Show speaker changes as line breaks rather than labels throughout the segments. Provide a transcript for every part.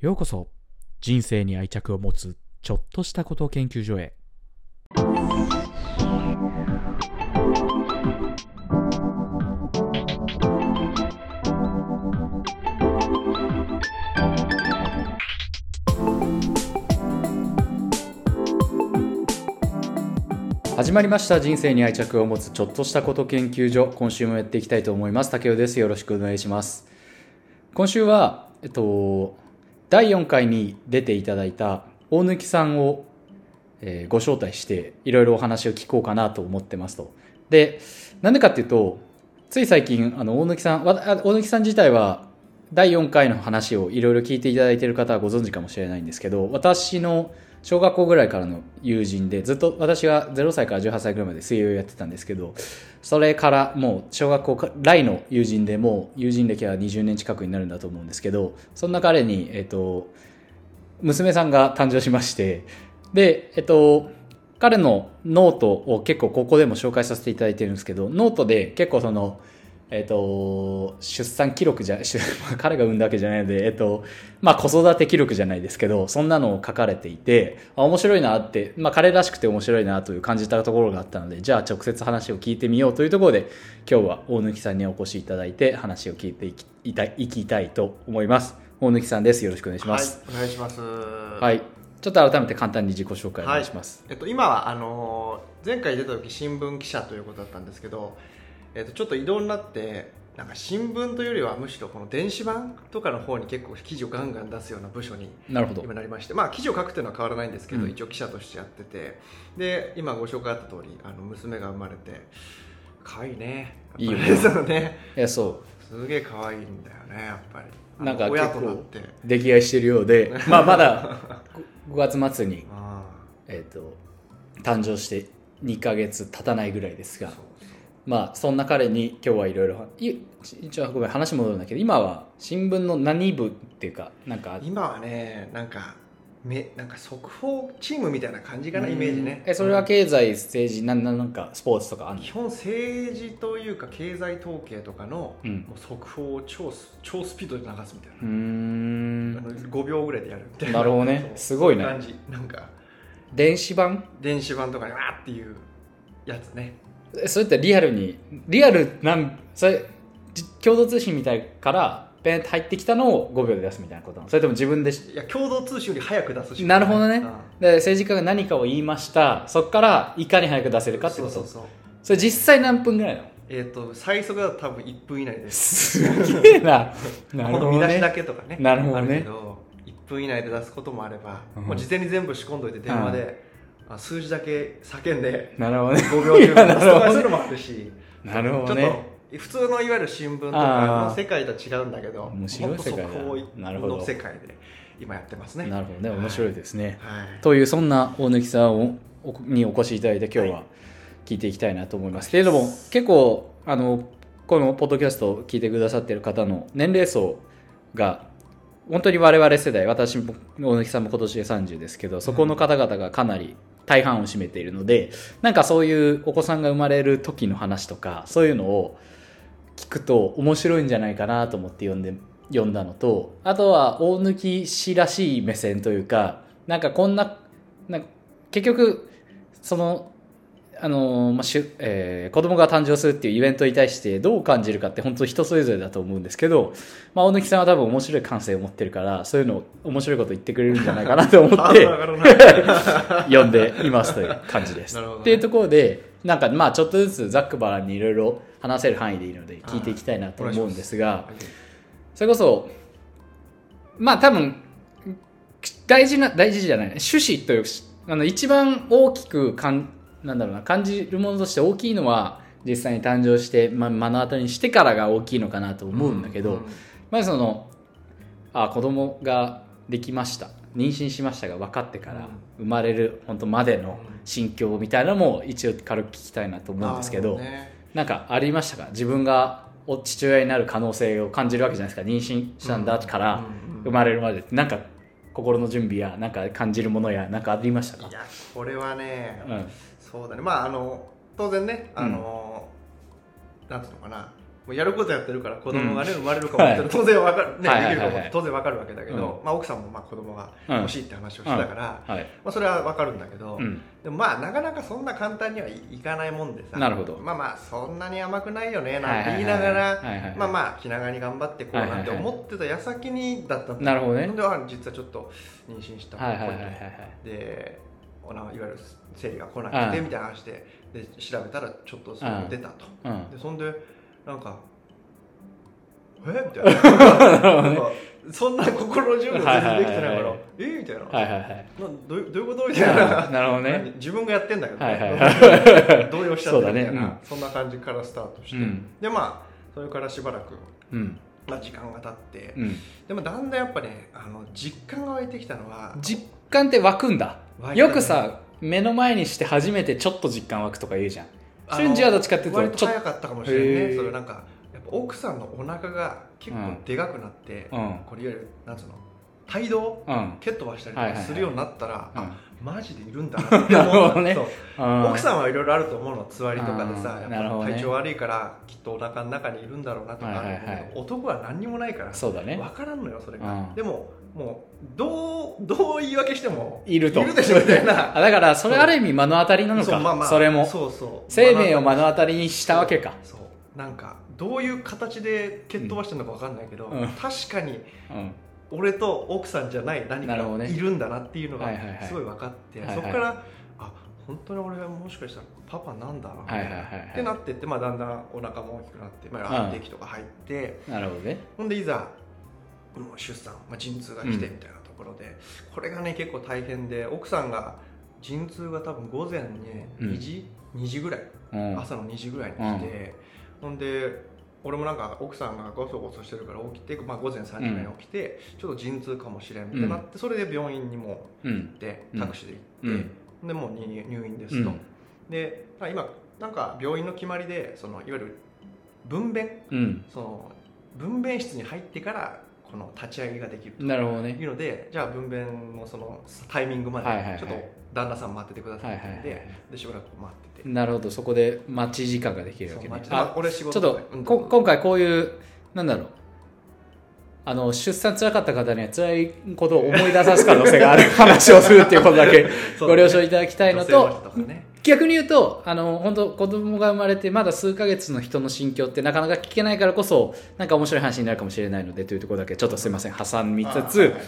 ようこそ人生に愛着を持つちょっとしたこと研究所へ始まりました人生に愛着を持つちょっとしたこと研究所今週もやっていきたいと思います竹雄ですよろしくお願いします今週はえっと第4回に出ていただいた大貫さんを、えーご招待していろいろお話を聞こうかなと思ってますと。で、なんでかっていうと、つい最近、あの、大貫さん、わあ大貫さん自体は、第4回の話をいろいろ聞いていただいている方はご存知かもしれないんですけど、私の小学校ぐらいからの友人で、ずっと私が0歳から18歳ぐらいまで水泳をやってたんですけど、それからもう小学校から来の友人でもう友人歴は20年近くになるんだと思うんですけど、そんな彼に、えっ、と、娘さんが誕生しまして、で、えっと、彼のノートを結構ここでも紹介させていただいてるんですけど、ノートで結構その、えっと、出産記録じゃ、 出彼が産んだわけじゃないので、えっと、まあ子育て記録じゃないですけど、そんなのを書かれていて、あ面白いなって、まあ彼らしくて面白いなという感じたところがあったので、じゃあ直接話を聞いてみようというところで、今日は大貫さんにお越しいただいて話を聞いていきいたいきたいと思います。大貫さんです。よろしくお願いします。
はい、お願いします。。
はいい、ちょっと改めて簡単に自己紹介お願いします。
えっと今はあのー前回出た時新聞記者ということだったんですけど、えっとちょっと移動になって。なんか新聞というよりはむしろこの電子版とかの方に結構記事をガンガン出すような部署に
なるほど。
今なりまして、まあ、記事を書くというのは変わらないんですけど、
うん
一応記者としてやっててで今ご紹介あった通りあの娘が生まれて可愛いね
いいよね
ねそのね
え、そ
すげえ可愛いんだよねやっぱりあの
なんか結構
親となって
う、出来合いしてるよう で、まあ、まだ5月末に、
あ
えっ、と、誕生して2ヶ月経たないぐらいです
あ
が
そ、う
まあ、そんな彼に今日はいろいろ、い一応、ごめん、話戻るんだけど、今は新聞の何部っていうか、なんか、
今はねなんかめなんか速報チームみたいな感じかなイメージね
え、それは経済、政治、なんなんなんか、スポーツとかあるの
基本政治というか経済統計とかの、
うん
もう速報を超ス超スピードで流すみたい
ー
うな、あ
ん。
の5秒ぐらいでやるみたいな
なるほどね
そう
すごいね
そうう感じなんか
電子版
電子版とかにわーっていうやつね
えそれってリアルにリアルなんそれじ共同通信みたいからペンって入ってきたのを5秒で出すみたいなことなのそれとも自分でし
いや共同通信より早く出すしか
なるほどね
うん
で政治家が何かを言いましたそこからいかに早く出せるかって
そ
こ
う
と
そ
そう
そう
れ実際何分ぐらいなの
えっ、と最速だと多分1分以内です
すげえな なる
この
ほ
見
ど
出しだ
ね
けとかね
なるほどね
あけど1分以内で出すこともあれば、
うん
もう事前に全部仕込んどいて電話で、あ数字だけ叫んで
なるほどね
5秒10秒出すと
いやなるほどね
かするのもあるし
なるほど
ちょっ
ね
と普通のいわゆる新聞と
あ
か
ー
の世界とは違うんだけど
面白い世界だ
もっと速報
なるほど
の世界で今やってますね
なるほどね面白いですね、
はい、
というそんな大貫さんをおにお越しいただいて今日は聞いていきたいなと思います、けれども結構あのこのポッドキャストを聞いてくださっている方の年齢層が本当に我々世代私も大貫さんも今年で30ですけどそこの方々がかなり大半を占めているので、なんかそういうお子さんが生まれる時の話とかそういうのを聞くと面白いんじゃないかなと思って読んで読んだのとあとは大貫氏らしい目線というかなんかこんななんか結局そのあのまあしゅえー子供が誕生するっていうイベントに対してどう感じるかって本当人それぞれだと思うんですけど、まあ、大貫さんは多分面白い感性を持ってるからそういうのを面白いこと言ってくれるんじゃないかなと思っ
あ
て
ーなるほどね
読んでいますという感じです。
なるほどね
っていうところでなんかまあちょっとずつざっくばらんにいろいろ話せる範囲でいいので聞いていきたいなと思うんですがそれこそまあ多分大事な大事じゃない趣旨というあの一番大きくかんなんだろうな感じるものとして大きいのは実際に誕生して、ま、目の当たりにしてからが大きいのかなと 思うんだけど、
う
まずそのあ子供ができました妊娠しましたが分かってから生まれる本当までの心境みたいなのも一応軽く聞きたいなと思うんですけど
なるほね
なんかありましたか自分がお父親になる可能性を感じるわけじゃないですか妊娠したんだから
うんうん
生まれるまでってなんか心の準備やなんか感じるものやなんかありましたか
いやこれはね、
うん
そうだねまああの当然ね
うん
あの、なんていうのかなもうやることやってるから子供がね、
う
生まれるかもって当然わかる、ね
はい
できるか
はい
も
はい
当然わかるわけだけど、
う
まあ、奥さんもまあ子供が
うん
欲しいって話をしてたから、
はい。
まあ、それはわかるんだけど、
うん。
でもまあなかなかそんな簡単にはいいかないもんでさ
なるほど
まあまあそんなに甘くないよね
は
なんて
はは
言いながら、
はいはい
まあまあ気長に頑張ってこうなんて思ってた矢先にだったんだ
なるほどね
であ実はちょっと妊娠した
はい
っ
は
ぽ
い
い
はい
と、
はいはい。
でおないわゆる生理が来
あ
なく
あ
てみたいな話でで調べたらちょっとそれ
ああ
出たと
うん。
でそんでなんかえみたい ななんかそんな心の準備を全然できてな
は
い
いはいは
か
い
ら
はい
えみたいな、
はいはいはい。
などういうどういうことみたい な
なるほどね。
自分がやってんだけど、
はいはい
動揺しちゃってるみた
そ
いな
うだね
そんな感じからスタートし
う
て、
ん。
でまあそれからしばらく、
うん。
まあ、時間が経って、
うん。
でもだんだんやっぱねあの実感が湧いてきたのは
実感って湧くんだ。
湧いたね
よくさ、目の前にして初めてちょっと実感湧くとか言うじゃん。瞬時はどっちかっていうと
割
ち
と
ょっ
早かったかもしれない
へ
ね
ー
それなんかやっぱ奥さんのお腹が結構でかくなって、
うん。うん。
これいわゆるなんつうの帯同
うん。
蹴っ飛ばしたりと
はい
か
はいはい
するようになったら、あマジでいるんだなっ て
なる
思
ほ
う
どね
そう奥さんはいろいろあると思うのつわりとかでさ
あー
やっ
なるほど
ぱ
ね
体調悪いからきっとお腹の中にいるんだろうなとかあるんだけ
は
ど、
いはいはい
男は何にもないから
そうだね。
分からんのよそれ
う
が
ん
でももうどうどう言い訳しても
いると。
いるでしょみたいな
あだから、それある意味目の当た りなの
うまあ
か
ま。あ
それも。
そうそう
生命を目の当たりにしたわけか。
そうなんかどういう形で蹴っ飛ばしてるのか分かんないけど、
うん
確かに
うん。
俺と奥さんじゃない何
なる
か
ほど
が
ね
いるんだなっていうの
は
が
いはいはい
すごい分かって、
はいはい
そこからあ本当に俺はもしかしたらパパなんだなみた
はいい
な、
はいはい
っ
は
てなってって、まあ、だんだんお腹も大きくなって、ま
うん
あ、安定期とか入って、
い。なるほどね。
ほんでいざもう出産、まあ、陣痛が来て
うん
みたいなところで、これがね結構大変で奥さんが陣痛が多分午前にね
うん
2時、2時ぐらい
うん。
朝の2時ぐらいに来て、ほんで俺もなんか奥さんがごそごそしてるから起きて、まあ、午前3時ぐらいに起きて、ちょっと陣痛かもしれんってなって、それで病院にも
うん
行。って
うん
タクシーで行っ
う
て、
ん
でもう入入院で
う
すと。
ん。
でまあ今なんか病院の決まりでそのいわゆる分娩
うん。
その分娩室に入ってからこの立ち上げができると
なるほどね。
いうのでじゃあ分娩のそのタイミングま
はいはいは
で
い
ちょっと旦那さん待っててくださ
はいい
っ
は
て
い
言
は
っ
い
て、
はい。
でしばらく待ってて
なるほど、そこで待ち時間ができるわ
そう
けね
待。ってまあ
あ、
俺仕
ちょっ
事
と
だ、うん
こ今回こういう、なんだろう。あの、出産辛かった方には辛いことを思い出さす可能性がある話をするっていうことだけ
そう
ご了承いただきたいの
女性の人
と、
とかね
逆に言うと、あの、本当子供が生まれてまだ数ヶ月の人の心境ってなかなか聞けないからこそ、なんか面白い話になるかもしれないので、というところだけちょっとすいません、挟みつ
あ
つ
は、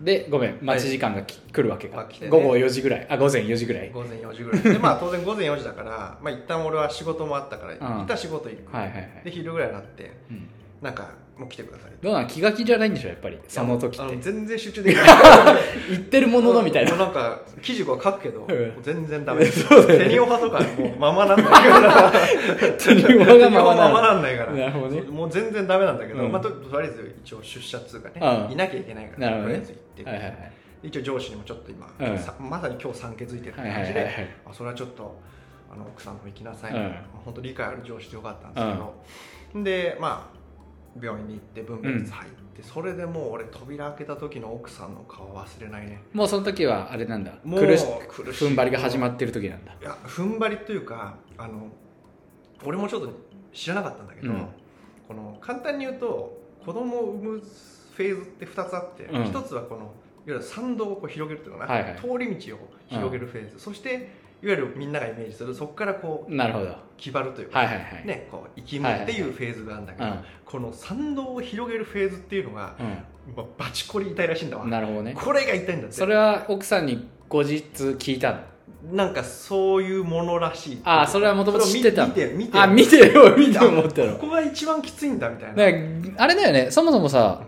で、ごめん、待ち時間がき、来るわけ
ま
が
あ来て。ね
午後4時ぐらい、あ、午前4時ぐらい
い。午前4時ぐらいでまあ当然午前4時だからまあ一旦俺は仕事もあったから
うん
一旦仕事行く、
はいはいはい
で昼ぐらいになって
うん
なんかもう来てください
どうなん気が気じゃないんでしょ、やっぱり。その時っ
あ
て。
全然集 中できない
言ってるもののみたいな
もう。んか記事は書くけど、
うん
もう全然ダメ
そうだよね
テニオ派とかもうままなんないから
手に負わがままな
テニオ派ま
の
なんないから
なるほどね
もう全然ダメなんだけど、
うん
まあ、ととりあえず一応出社っつうかね、
うん
いなきゃいけないか
な
ら、
るほ
と
ど
り
ね
あえず行っ
は
て、
いはいはい
一応上司にもちょっと今、
うん
さまさに今日産気づいてる感
はい
じで、
はいはいはい
あそれはちょっとあの奥さんも行きなさい、
うん
まあ本当理解ある上司でよかったんですけど、でまあ病院に行って分娩室入って、それでもう俺扉開けた時の奥さんの顔忘れないね
もうその時はあれなんだ
もう
苦し
苦しい
踏ん張りが始まってる時なんだ
いや踏ん張りというかあの俺もちょっと知らなかったんだけ
う
ど、
ん
この簡単に言うと子供を産むフェーズって2つあって、
うん
1つはこのいわゆる参道をこう広げるというかな、
はいはい
通り道を広げるフェーズ、そしていわゆるみんながイメージするそこからこう
なるほど
気張るというか、
はいはいはい、
ね、こう生きむっていうフェーズがあるんだけど、この参道を広げるフェーズっていうのが、
う
まあ、バチコリ痛いらしいんだわ、
ん、うん、なるほどね
これが痛いんだって
それは奥さんに後日聞いたの
なんかそういうものらしい
あそれはもともと知ってた
それを見見て見て
あ見てよ見て思った
こ
の
こが一番きついんだみたいな、
ねあれだよねそもそも
う
さ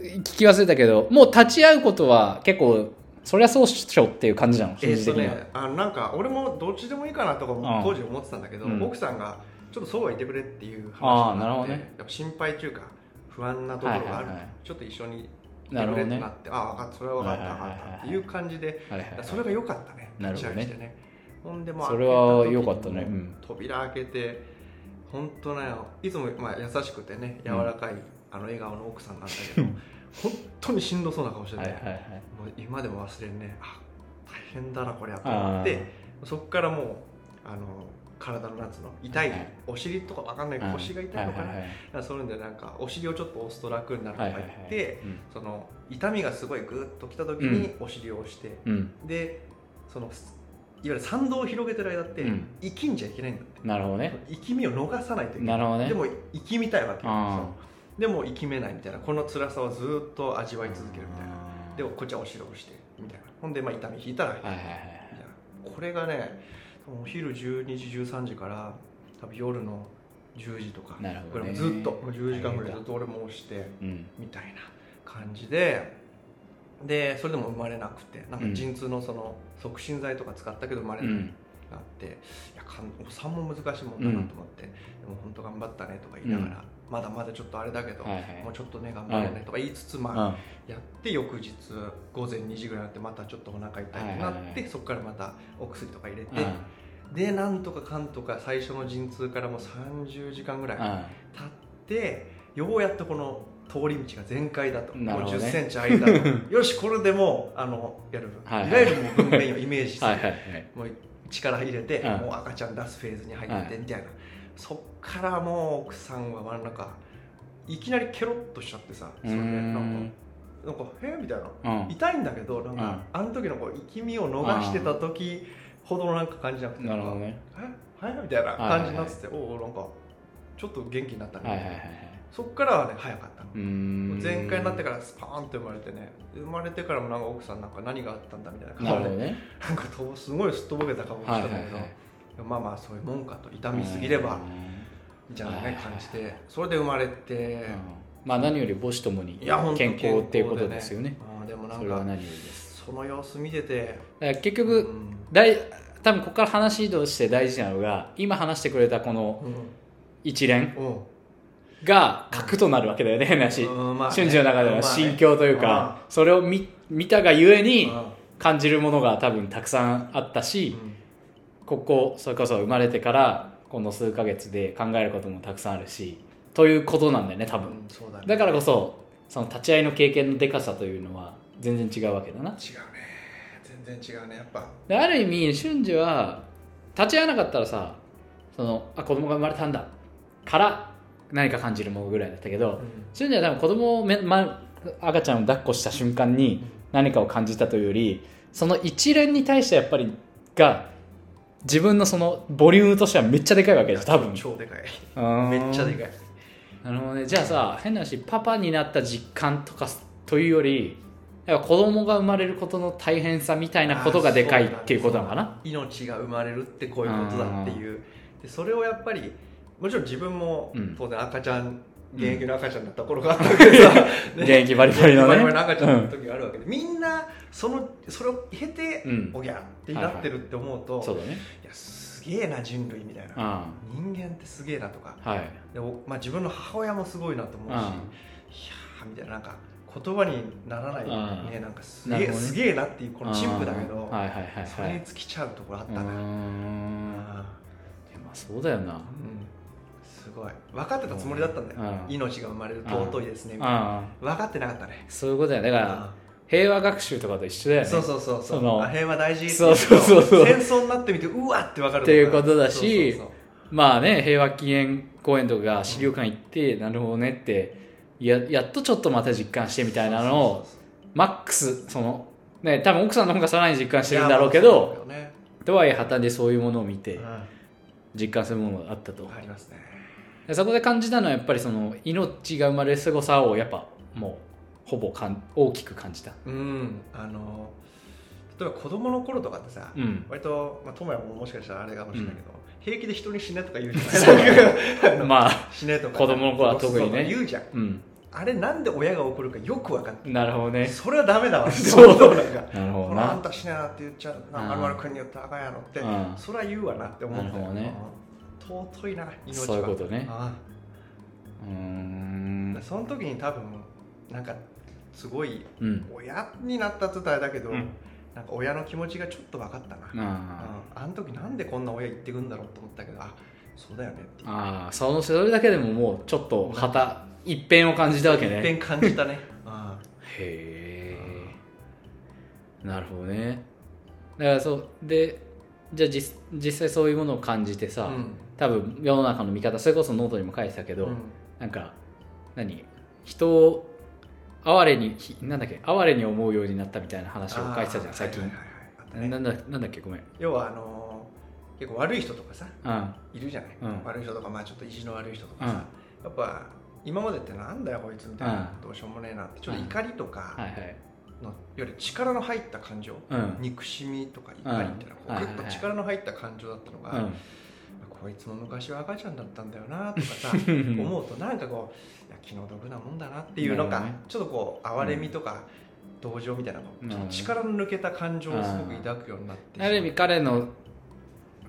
ん
聞き忘れたけどもう立ち会うことは結構そりゃそうっしょっていう感じなの
え
感
っ
じ
と
的には、
ねあなんか俺もどっちでもいいかなとかも
うん
当時思ってたんだけど、
うん
奥さんがちょっとそうは言ってくれっていう話
あー
に
なるほ
な
ど
って、
ね
やっぱ心配というか不安なところがある、
はいはいはい
ちょっと一緒にいてく
なるほ
れ
ど
って
ね
なって、ああ分かったそれは分かった
はい
分
はいはい
か
はい
ったっていう感じで
はいはいはい
それが良かったね
なるほどね
立ち上げてねほんでもう
それは
開けた時に
良かったねうん
扉開けて本当ねいつもまあ優しくてね柔らかい、あの笑顔の奥さんなんだ けど本当にしんどそうな顔してて、
はいはいはい
もう今でも忘れんねあ大変だなこれやと思っ
あ
てそこからもうあの体のなんつうの痛
はい
いお尻とかわかんない
うん
腰が痛いのかな
は
だ
いはい
からそういうんでなんかお尻をちょっと押すと楽になると
は
か
いはい
言
はいは
っ
い
てその痛みがすごいグッときた時にお尻を押して
うんうん
でそのいわゆる参道を広げてる間って
うん
生きんじゃいけないんだって
なるほどね
生きみを逃さないといけ
な
な
いるほどね
でも生きみたいわけ
あ
よそうでも生きめないみたいなこの辛さをずっと味わい続けるみたいな
な
でこっちはお城をしてみたいなほんでまあ痛み引いたらみた
はいい
な
はいはい
これがねお昼12時13時から多分夜の10時とか
なるほ
こ
ど
れ
ね
もずっともう10時間ぐらいずっと俺も押して
うん
みたいな感じででそれでも生まれなくてなんか陣痛のその促進剤とか使ったけど生まれ
う
ない
ん
なっていやかんお産も難しいもんだなと思って、でも本当頑張ったねとか言いながら、まだまだちょっとあれだけど、
はいはい
もうちょっとね頑張れないとか言いつつ、まあ
あ
やって翌日午前2時ぐらいになってまたちょっとお腹痛くな
はい
って、
はいはい
そこからまたお薬とか入れて、
うん
でなんとかかんとか最初の陣痛からもう30時間ぐらい経って、ようやっとこの通り道が全開だと、
なるほど
1
ね
0ンチ間と よしこれでもうあのやる、
はいはい
いわゆるもう文面をイメージして
はいはいはい
もう力入れて、
うん
もう赤ちゃん出すフェーズに入っ
は
て
い
みたいな、そっからもう奥さんは真ん中いきなりケロッとしちゃってさそれでなんか「なんかえみたいな
うん
痛いんだけどなんか、あの時のこう生き身を逃してた時ほどのなんか感じじゃなくて
なるほどね
えはいみたいな感じになってて、おうおうなんかちょっと元気になったね、
はいはいはいはい
そっからはね早かったの
うーん
前回になってからスパーンって生まれてね生まれてからもなんか奥さんなんか何があったんだみたい
な
な
るほ
顔で
どね
なんかとすごいすっとぼけた顔してた
は
ん
い
だけ
は
ど、
いはい
まあまあそういうもんかと痛みすぎればみたいな
はい
ね
はい
感じてそれで生まれて
うんうんまあ何より母子ともに
いや本当
健康っていうことですよね
あーでもな
そ
ん
れは
か
何よりです
その様子見てて
だから結
う
局
ん
大多分ここから話として大事なのが今話してくれたこの一連
うん
が核となるわけだよね変な話
うんまあね
瞬時の中で
まあ
の
ね
心境という
まあ
かそれを見見たがゆえ
う
に
ん
感じるものが多分たくさんあったしここそれこそ生まれてからこの数ヶ月で考えることもたくさんあるしということなんだよね多
う
分
んそうだね
だからこそその立ち会いの経験のでかさというのは全然違うわけだな
違うね全然違うねやっぱ
である意味瞬時は立ち会わなかったらさそのあ子供が生まれたんだから何か感じるものぐらいだったけど瞬時は多分子供をめ、ま、赤ちゃんを抱っこした瞬間に何かを感じたというよりその一連に対してやっぱりが自分のそのボリュームとしてはめっちゃでかいわけです多分
超でかいめ
め
っちゃでかい
なるほどねじゃあさ変な話パパになった実感とかというよりやっぱ子供が生まれることの大変さみたいなことがでかいっていうことなのかな
命が生まれるってこういうことだっていうでそれをやっぱりもちろん自分も
うん
当然赤ちゃん現役の赤ちゃんだった頃があったわけでさね
現役バリバリのね
バリバリの赤ちゃんの時があるわけで、みんなそのそれを経て、
うん
おぎゃってなってるって思うと、
そう
い
だね
やすげえな人類みたいな、
う
人間ってすげえなとか
んはい
で、おまあ、自分の母親もすごいなと思うし、いやーみたいななんか言葉にならない、
うん
ねなんかす
な
げ
る
え、
ほどね
すげえなっていうこのチンプだけど、
うんはいはいはい
そ
は
れ
い
に尽きちゃうところあっ
う
た
ー
な、
んでもそうだよな
うんすごい分かってたつもりだったんだよ、
うん
命が生まれる尊いですね、みたいな
ああ
分かってなかったね、
そういうことだよだから平和学習とかと一緒だよね
そうそうそうそ
そうの
あ平和大事って
そうそうそうそう
戦争になってみてうわって分かる
っていうことだし
そうそう
まあね平和記念公園とかが資料館行って、なるほどねってややっとちょっとまた実感してみたいなのを
そうそうそう
マックスそのね多分奥さんの方がさらに実感してるんだろうけ
いやまあ
ど
そうだよね
とはいえ旗でそういうものを見て
う
実感するものがあったと、
んありますね
でそこで感じたのはやっぱりその命が生まれる凄さをやっぱもうほぼかん大きく感じた
うんあの例えば子供の頃とかってさ、
うん
割と、まあ、友也ももしかしたらあれかもしれないけど、平気で人に死ねとか言うじゃ
そう
ないですかあの
まあ
死ねとか
子供の頃は特にね
そうそう言うじゃん
うん
あれなんで親が怒るかよく分かって
なるほどね
それはダメだ わって
そう
思うなんか
なるほ
こ
ど
のあ
なん
たしなよって言っちゃう
うん
な丸々君によってあかんやろって
うん
それは言うわなって思うんだよ
なるほどね
うん尊いな命は
そういうことね
あ
うー
あ
ん
その時に多分なんかすごい
うん
親になったって言ったらあれだけど、
うん
なんか親の気持ちがちょっと分かったな、うん、
あ
あの時なんでこんな親言ってくんだろうと思ったけどあそうだよねって
ー
いう
あーそのそれだけでももうちょっと旗一変を感じたわけね
一変感じた ね、うん
へえなるほどねだからそうでじゃあ実実際そういうものを感じてさ、
うん
多分世の中の見方それこそノートにも書いてたけど、
うん
なんか何人を哀れにひなんだっけ哀れに思うようになったみたいな話を書いてたじゃ
あー
ん最近、
はいはいはいあったね
なんだなんだっけごめん
要はあのー結構悪い人とかさ
うん
いるじゃない、
うん
悪い人とかまあちょっと意地の悪い人とかさ、やっぱ今までってなんだよこいつみたいな、
うん
どうしようもねえなってちょっと怒りとか
はいはい
のより力の入った感情、
うん
憎しみとか怒りみたいな、こう
うん
グッと力の入った感情だったのが、こいつも昔は赤ちゃんだったんだよなとか さ
うん
思うとなんかこういや気の毒なもんだなっていうの
な
か、
るほどね
ちょっとこう哀れみとか、同情みたいなこう
なるほどね
力の抜けた感情をすごく抱くようになってしま
あ
う
る意味彼の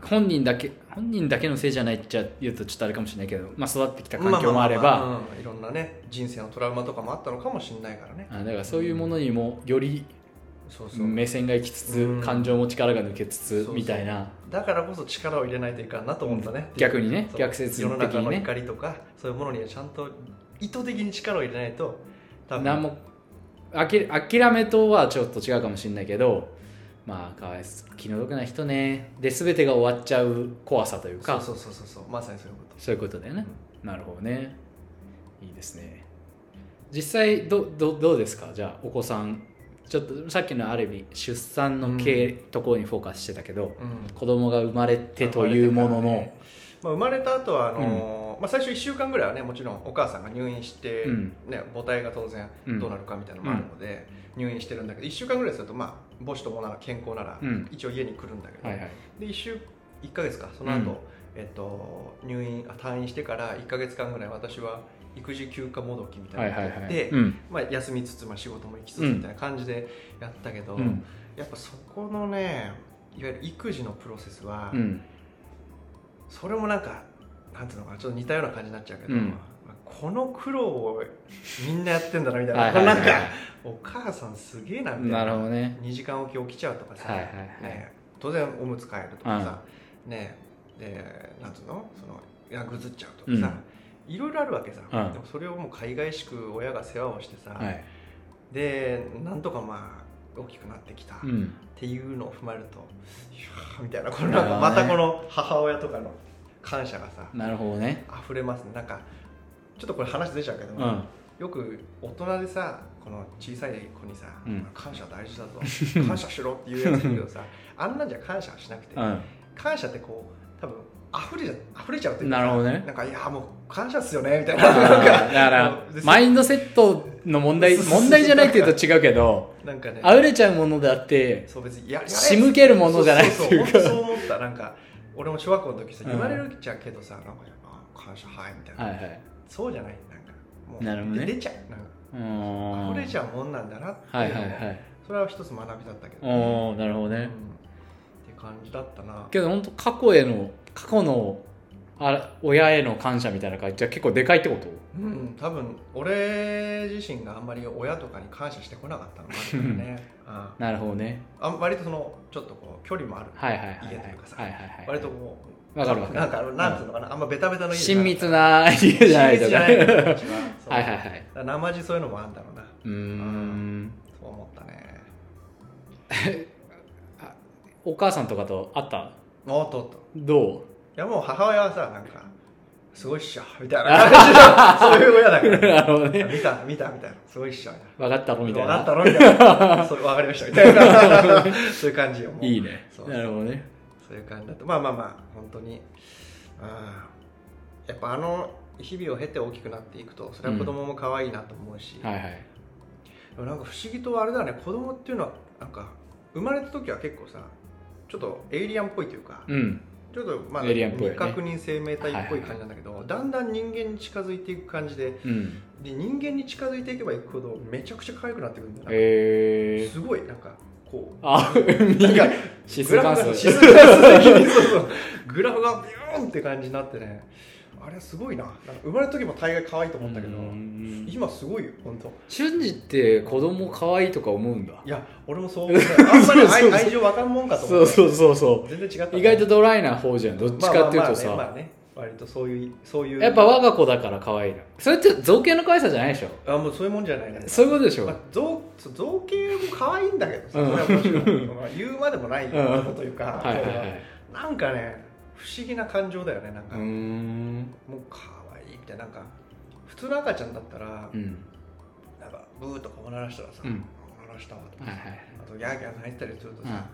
本人だけ本人だけのせいじゃないっちゃ言うとちょっとあれかもしれないけど、まあ、育ってきた環境もあれ
まあまあ
ば
まあまあうんいろんなね人生のトラウマとかもあったのかもしれないからね
あだからそういうものにもより
そうそう
目線が行きつつ、
うん
感情も力が抜けつ
そう
つ
そう
みたいな
だからこそ力を入れないといかんなと思ったね
逆にね
そう
逆説的
世の中
に
の
ね
怒りとかそういうものにはちゃんと意図的に力を入れないと多分
何もあき諦めとはちょっと違うかもしれないけどまあかわいそう気の毒な人ねで全てが終わっちゃう怖さという
そ
か
うそうそうそうそうまさにそういうこと
そういうことだよね、なるほどねいいですね実際どどどうですかじゃあお子さんちょっとさっきのある意味出産の系、ところにフォーカスしてたけど
うん
子供が生まれてというものの、
まあ、生まれた後はあのーまあ最初1週間ぐらいはねもちろんお母さんが入院して、
うん
ね、母体が当然
うん
どうなるかみたいなのもあるので、入院してるんだけど1週間ぐらいするとまあ母子ともなら健康なら
うん
一応家に来るんだけど、
はいはい
で1週1ヶ月かその後、
うん
えっと入院あ退院してから1ヶ月間ぐらい私は育児休暇もどきみた
はいい
な
はい
のを
は
やっ
い
て、
うん
まあ、休みつつ、まあ、仕事も行きつつ
うん
みたいな感じでやったけど、
うん
やっぱそこのねいわゆる育児のプロセスは、
うん
それもなんかなんていうのかなちょっと似たような感じになっちゃうけど、
うん
まあこの苦労をみんなやってんだなみたいな
はいはいはい
これなんかお母さんすげえなみた
ないる
な
ほどね
2時間おき起きちゃうとかさ、
はいはいはい、
ね、当然おむつ替えるとかさ、ねでなんつうのそのいやぐずっちゃうとかさ、いろいろあるわけさ、
うん
でもそれをもう海外しく親が世話をしてさ、
はい
でなんとかまあ大きくなってきたっ
うん、
ていうのを踏まえると、いやーみたいなこのなんかまたこの母親とかの感謝がさ
なるほどね
溢れますねなんかちょっとこれ話出ちゃうけど、
うんは
よく大人でさこの小さい子にさ、
うん
感謝大事だと感謝しろっていうやついるけ どさあんなんじゃ感謝はしなくて、感謝ってこう多分溢れちゃ溢れちゃうっていうか
なるほどね
なんかいやもう感謝っすよねみたいなな ん
だ
か
から
で
マインドセットの問題
そうそうそう
問題じゃないっていうと違うけど
なんかね
あふれちゃうものであって
そう別にややれ
仕向けるものじゃない
そう
っていうか
そうそう本当そう思ったなんか俺も小学校の時さ
うん
言われるじゃんけどさ、なんかあ感謝はいみたいな、
はいはい
そうじゃないなんかも
なるほどね
出ちゃうなんか
うーん
溢れちゃうもんなんだなって
はい
いう
は
の
い
も
はい
それは一つ学びだったけど、
おおなるほど
うんっ
ね
て感じだったな
けど本当過去への過去のあら親への感謝みたいな感じじゃ結構でかいってこと
うん多分俺自身があんまり親とかに感謝してこなかったのもあるからね、 うん
なるほどね
あ割とそのちょっとこう距離もある、
はいはいはいはい
家
は
と
い
いうかさ
はいはい
割とこう
わかるわかる
なんかあのなんていうのかな、あんまベタベタの家じ
親
ゃない
密な家じゃない
親密
と
じ
か
ゃ
は
ないいのが一番そう
はいはい
だからなまじそういうのもあるんだろうな
うーん
そう思ったね
お母さんとかと会った
おっとおっと
どう
いやもう母親はさなんかすごいっしょみたいな感 じのそういう親だから
なるほどね。
見た見たみたいなすごいっしょみたい
分
な
かったろみたい
どうなった
な。
のみたいな。そう、わかりました。みた いな。そういう感じよ。もう
いいね
そ。う
なるほどね。
そういう感じだと。まあまあまあ、本当に。あーやっぱあの日々を経て大きくなっていくと、それは子供も可愛いなと思うし、
はいはい。
でもなんか不思議とあれだね、子供っていうのは、なんか、生まれた時は結構さ、ちょっとエイリアンっぽいというか、
うん。
ちょっとまあ、
エイリアンっぽいよね
未確認生命体っぽい感じなんだけど、だんだん人間に近づいていく感じで、
うん。
で人間に近づいていけばいくほど、めちゃくちゃ可愛くなってくるんだよなんか
えー。
すごいなんかこ
あ、
うな んか
指
グ
数
ラ
関
フが指
数。
数関数的にそうそうグラフがビューンって感じになってねあれすごいななんか生まれた時も大概可愛いと思ったけど
うん
今すごいよ本当
瞬時って子供可愛いとか思うんだ。
いや俺もそう思ったあんまり
そうそうそう
愛愛情わかんもんかと
そ
思
う
って
そうそうそ
全然違っ た
う。意外とドライな方じゃん。どっちかっていうと
まあまあまあねま
さ。
あね割とそういうそういう
やっぱ我が子だから可愛いな。それって造形の可愛さじゃないでしょ。
あもうそういうもんじゃないね
そういうことでし
ま
ょ
あ。、造そう造形も可愛いんだけどさ、
うん
それはもちろんまあ言うまでもないことというか、
はいはいはい。
なんかね不思議な感情だよねなん
う
か、
ー
もうん可愛いみたいななんか普通の赤ちゃんだったら、
うん
なんかブーとかおならしたらさ、
うん
おならしたわとか
はい
さ、
はい
あとギャーギャー泣いてたりするとさ、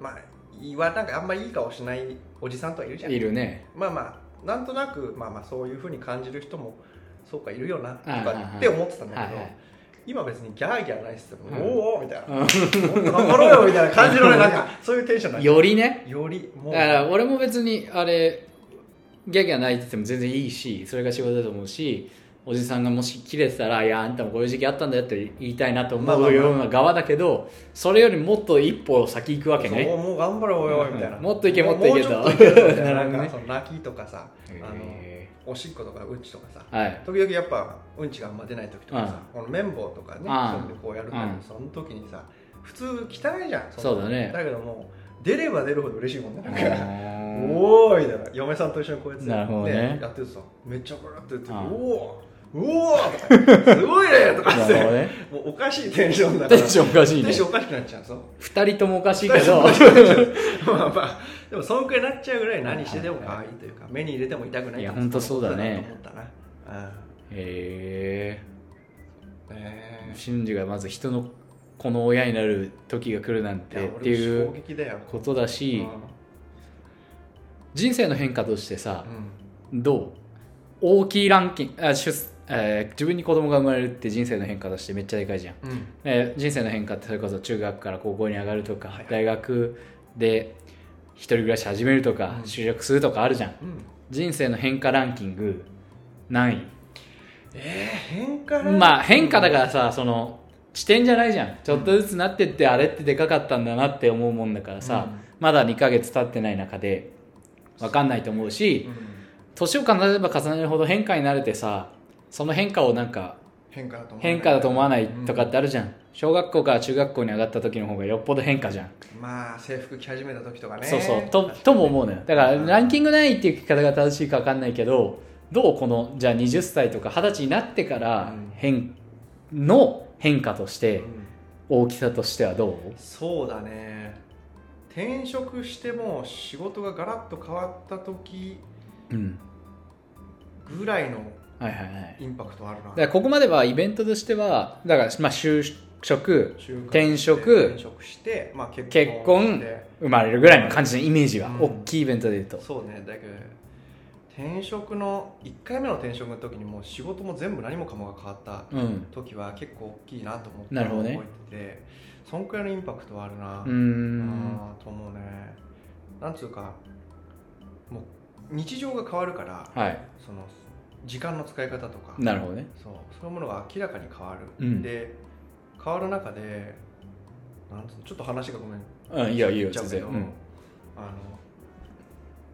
まあ言わなんかあんまりいい顔しないおじさんとかいるじ
う
ゃ
ん
ん
いるね
まあまあなんとなくまあまあそういうふうに感じる人もそうかいるよなと
はいはいは
か
い
って思ってたんだけど、
はいはい
今別にギャーギャーないっすよ、
うん
おーおーみたいな、
う
もっと頑張ろうよみたいな感じのねなん かそういうテンションなんんだよ
よりね
より
だ
もう
から俺も別にあれギャーギャー泣いてても全然いいしそれが仕事だと思うしおじさんがもし切れてたら「いやあんたもこういう時期あったんだよ」って言いたいなと思うような側だけどそれよりもっと一歩先行くわけね
そうもう頑張ろうよみたいな、
うんもっといけもっといけと
もうちょっといけとみたい
な
な
るほどね
なんかその泣きとかさあの
へ
おしっことかうんちとかさ
ーはい
時々やっぱうんちがあんま出ない時とかさ、この綿棒とかね、
うん
そういうのでこうやるんだけど、
うん
その時にさ普通汚いじゃん
そうだね
だけどもう出れば出るほど嬉しいもんねなんか「
お
おーい」みたいな嫁さんと一緒にこうやって
なるほどね
やってるとさめっちゃこうやってやって「
うん
おーおーとかすごいね」とか
な
っ
るほど
て
ね
もうおかしいテンションだか
テ
ら
ンションおかしい
テ
ね
ンションおかしくなっちゃうそう
二人ともおかしいけど
まあまあでもそんくらいなっちゃうぐらい何してでも可愛いというか目に入れても痛くない
いやほんとそうだね
と思ったなうん
へ
ね
え
え
瞬時がまず人の子の親になる時が来るなんて
や
ってい
俺も
う
衝撃だよ
ことだ
う
し
ん
人生の変化としてさ
うん
どう大きいランキングあ出、えー自分に子供が生まれるって人生の変化としてめっちゃでかいじゃん、
うん
えー人生の変化ってそれこそ中学から高校に上がるとか、
はいはい
大学で一人暮らし始めるとか、
うん
就職するとかあるじゃん人生の変化ランキング何位
えー、変化な
まあ変化だからさその地点じゃないじゃんちょっとずつなってって、あれってでかかったんだなって思うもんだからさ、
うん
まだ2ヶ月経ってない中で分かんないと思うし
うん
年を重ねれば重ねるほど変化に慣れてさその変化をなんか
変化だと思わない
変化だと思わないとかってあるじゃん、小学校から中学校に上がった時の方がよっぽど変化じゃん、
うんまあ制服着始めた時とかね
そうそうととも思うのよだからランキングないっていう聞き方が正しいか分かんないけどどうこのじゃあ20歳とか20歳になってから
うん
変、の変化とし
う
て
ん
大きさとしてはどう
そうだね転職しても仕事がガラッと変わった時
うん
ぐらいの
はいはいはい
インパクトあるな
だからここまではイベントとしてはだからまあ就職
就活して
転職
転職して、まあ、結婚
結婚
で
生まれるぐらいの感じのイメージは、
うん
大きいイベントで言うと
そうねだけど転職の1回目の転職の時にもう仕事も全部何もかもが変わった
うん
時は結構大きいなと思って
なるほどね
覚えててそんくらいのインパクトはあるな
うー
うんんと思うねなんつうかもう日常が変わるから
はい
その時間の使い方とか
なるほどね
そうそういうものが明らかに変わる、
うん
で変わる中でなんつうのちょっと話がごめん
うんいいよいいよ
ちゃ
全
うけ
然
ど、
うん
あ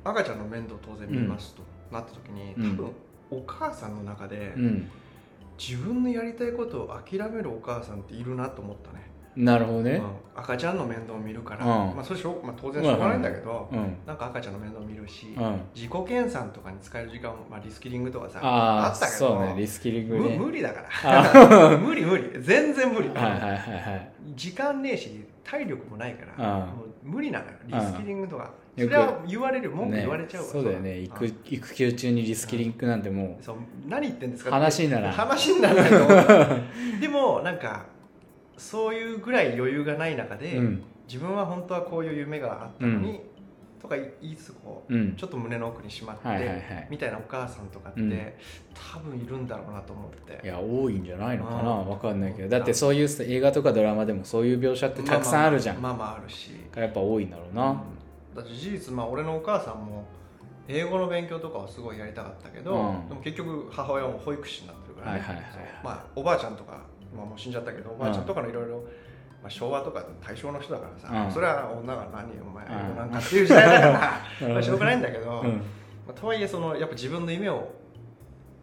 の赤ちゃんの面倒を当然見ますと、なった時に
うん
多分、お母さんの中で、
うん
自分のやりたいことを諦めるお母さんっているなと思ったね、
なるほど
う
ね
ん、赤ちゃんの面倒を見るから、
うん
まあそれしょうまあ、当然しょうがないんだけど、
うん
なんか赤ちゃんの面倒を見るし、
うん
自己研鑽とかに使える時間も、まあ、リスキリングとかさ
ああ
ったけ
そ
ど
うねリスキリング
む
ね
無理だから 無理無理全然無理、
はいはいはいはい
時間ねえし体力もないから、
うん
もう無理なのよリスキリングとか、
うん
それは言われる文句
ね
言われちゃうわ、
そうだよね育
そう
育休中にリスキリングなんても
そう何言ってんです
う
か
話にならん
話にならないと思 うでもなんかそういうぐらい余裕がない中で、
うん
自分は本当はこういう夢があったのに、とか言いつつこ
う
うんちょっと胸の奥にしまって、
はいはいはい
みたいなお母さんとかって、
うん
多分いるんだろうなと思って
いや多いんじゃないのかな
うん
わかんないけどだってそういうさ映画とかドラマでもそういう描写ってたくさんあるじゃんだ
まあまあ、まあまああるし
からやっぱ多いんだろうな
だって事実まあ俺のお母さんも英語の勉強とかはすごいやりたかったけど、
うん
でも結局母親も保育士になってるから、ね
はいはいはいはい
そうまあ、おばあちゃんとか、まあ、もう死んじゃったけどおばあちゃんとかのいろいろまあ昭和とか大正の人だからさ、
うん
それは女が何お前
うん
英語なんかっていう時代だか ら、
な
まあ、
る
しょ
ほ
うがないんだけど、
ど
まあ、とはいえそのやっぱ自分の夢を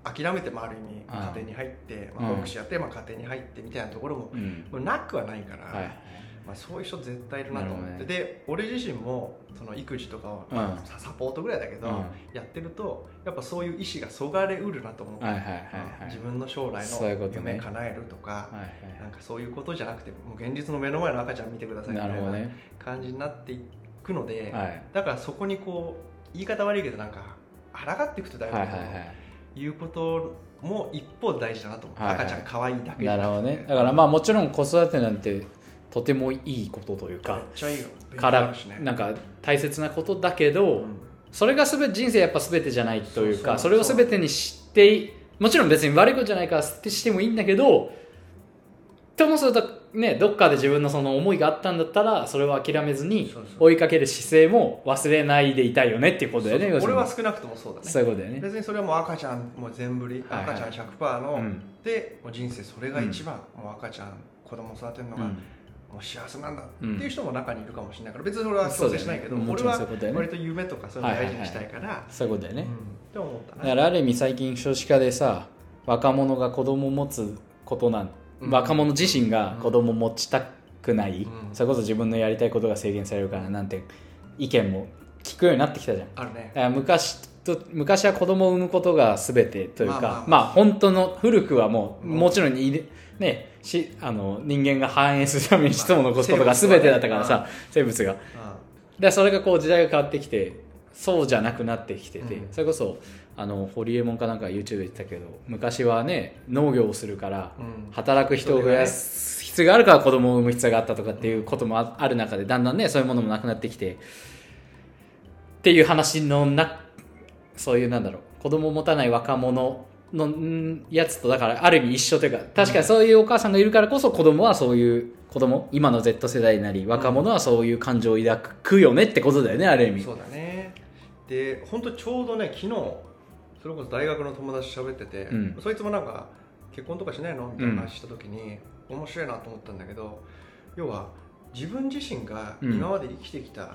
諦めてもある意
うん
味家庭に入って、ま
う
あ、
ん
保育士やって、まあ、家庭に入ってみたいなところも
う、ん
もうなくはないから、
はいはい
まあ、そういう人絶対いるなと思って、
なるほどね
で俺自身もその育児とかを、
うん
まあササポートぐらいだけど、
うん
やってるとやっぱそういう意志がそがれうるなと思う、
はいはいはいはい
自分の将来
そういうこ
の
とね
夢叶えるとか
はい
なんかそういうことじゃなくてもう現実の目の前の赤ちゃん見てくだ
は
さい
い
みた
ないるほど
な
ね
感じになっていくくので、
はい
だからそこにこう言い方悪いけどなんか抗っていくとだいぶ、
はいはい
いうことも一方で大事だなと思う、
はいはい
赤ちゃん可愛いだ
はい
けじ
な
ゃ
る
な
ほ
く
ど
て
ねだからまあもちろん子育てなんてとてもいいことという
め
か
っちゃいいよ
から
勉強にな
なん
るしね
か大切なことだけど、
うん
それがすべ人生やっぱ全てじゃないというか
そ
そう
そう
れを全てに知っていもちろん別に悪いことじゃないから捨てしてもいいんだけどともするとねどっかで自分のその思いがあったんだったらそれを諦めずに
そうそう
追いかける姿勢も忘れないでいたいよねっていうことだよね
そうそう俺
要
は
す
少なくともそうだ
るに
ね
そういうことだよね
別にそれはもう赤ちゃんもう全振り、
はいはい
赤ちゃん100%の、
うん
でもう人生それが一番、もう赤ちゃん子供育てるのが、
うん
もう幸せなんだって
うん
いう人も中にいるかもしれないから別に俺は強制しないけど、
そうだよねも
俺
ちろん
は
そういうことだよね
割と夢とかそういうの大事にしたいから、
そういうことだよね、
うんって思った
だか
な
らある意味最近少子化でさ若者が子供を持つことなん、
うん
若者自身が子供を持ちたくない、
うん
それこそ自分のやりたいことが制限されるからなんて意見も聞くようになってきたじゃんだ
あるね
から昔と昔は子供を産むことが全てというか、
ま
ま
あまあま
あ
あ
本当の古くはもう、
うん
もちろんいれねしあの人間が繁栄するために子孫を残すことが全てだったからさ、
ま
生物が
う
でそれがこう時代が変わってきてそうじゃなくなってきてて、
うん
それこそあのホリエモンかなんか YouTube で言ってたけど昔はね農業をするから
んうん
働く人を増やす必要があるから子供を産む必要があったとかっていうこともあある中でだんだんねそういうものもなくなってきてっていう話のなそういうなんだろう子供を持たない若者のんやつとだからある意味一緒というか確かにそういうお母さんがいるからこそ子供はそういう子供今の Z 世代なり若者はそういう感情を抱くよねってことだよねある意味
そうだねで本当ちょうどね昨日それこそ大学の友達と喋ってて、
うん
そいつもなんか結婚とかしないのみたいな話した時に、面白いなと思ったんだけど要は自分自身が
うん
今まで生きてきた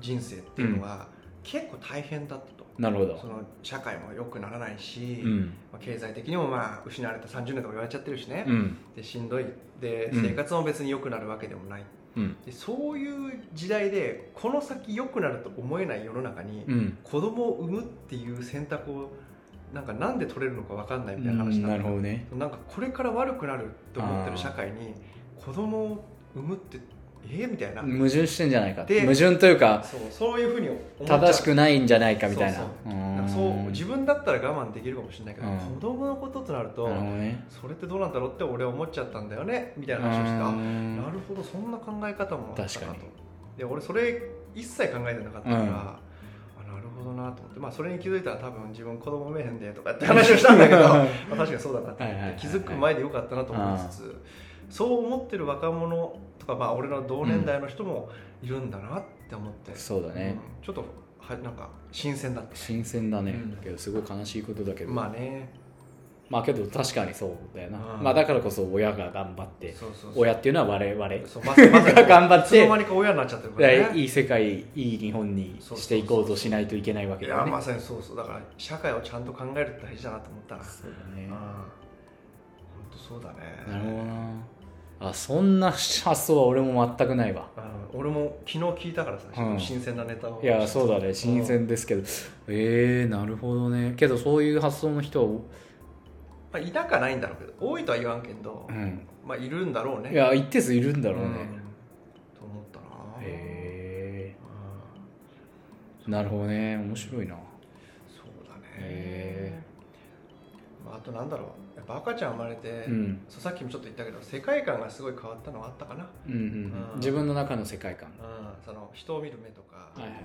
人生っていうのは、結構大変だったと
なるほ
そ
ど
の社会も良くならないし、
うん
まあ経済的にもまあ失われた30年とか言われちゃってるしね、
うん
でしんどいで
うん
生活も別に良くなるわけでもない
うん
でそういう時代でこの先良くなると思えない世の中に、
うん
子供を産むっていう選択をなんかなんで取れるのか分かんないみたいな
う
話
ん
な
なんる
だ
ほどね
なんかこれから悪くなると思ってる社会に子供を産むってえー、みたいな、
矛盾してんじゃないか
で
矛盾というか
そうそういうふうに思っちゃう
正しくないんじゃないかみたいな
そう
う
なん
ー
か
ん
そう自分だったら我慢できるかもしれないけど、
うん
子供のこととなると、
なるほどね
それってどうなんだろうって俺は思っちゃったんだよねみたいな話をして
うー
あ
ん
なるほどそんな考え方もあった
確
な
か
と
に
で俺それ一切考えてなかったから、
うん
あなるほどなと思って、まあ、それに気づいたら多分自分子供目へんでとかって話をした んだけどまあ確かにそうだなって
はいはいはいはい
気づく前でよかったなと思いつつそう思ってる若者とか、まあ、俺の同年代の人もいるんだなって思って、
そうだね
うんちょっとはなんか新鮮だった
新鮮だね、
うん
だけどすごい悲しいことだけど、ま
ま
あ、
あね
けど確かにそうだよな、
うん
まあだからこそ親が頑張って
そうそうそう
親っていうのは我々い
そうまさまさに
頑張って
いつの間にか親になっちゃってるからね
やいい世界いい日本にしていこうとしないといけないわけ
い
だ
や
よね
まさにそうそうだから社会をちゃんと考えるって大事だなと思ったな
そうだね
うん本当そうだね
なるほどなあそんな発想は俺も全くないわ
うん俺も昨日聞いたからさ、
うん
新鮮なネタを
いやそうだね新鮮ですけど、えー、なるほどねけどそういう発想の人は、
まあ、いなかないんだろうけど多いとは言わんけど、
うん、
まあいるんだろうね
いや一定数いるんだ
だ
ろうね、
と思った
へ
な
え
うん
なるほどね面白いな
そうだね
へ
まあ、あとなんだろうやっぱ赤ちゃん生まれて、
うん
そうさっきもちょっと言ったけど世界観がすごい変わったのはあったかな、
うんうんうん
うん
自分の中の世界観
うん、その人を見る目とか、
はいはい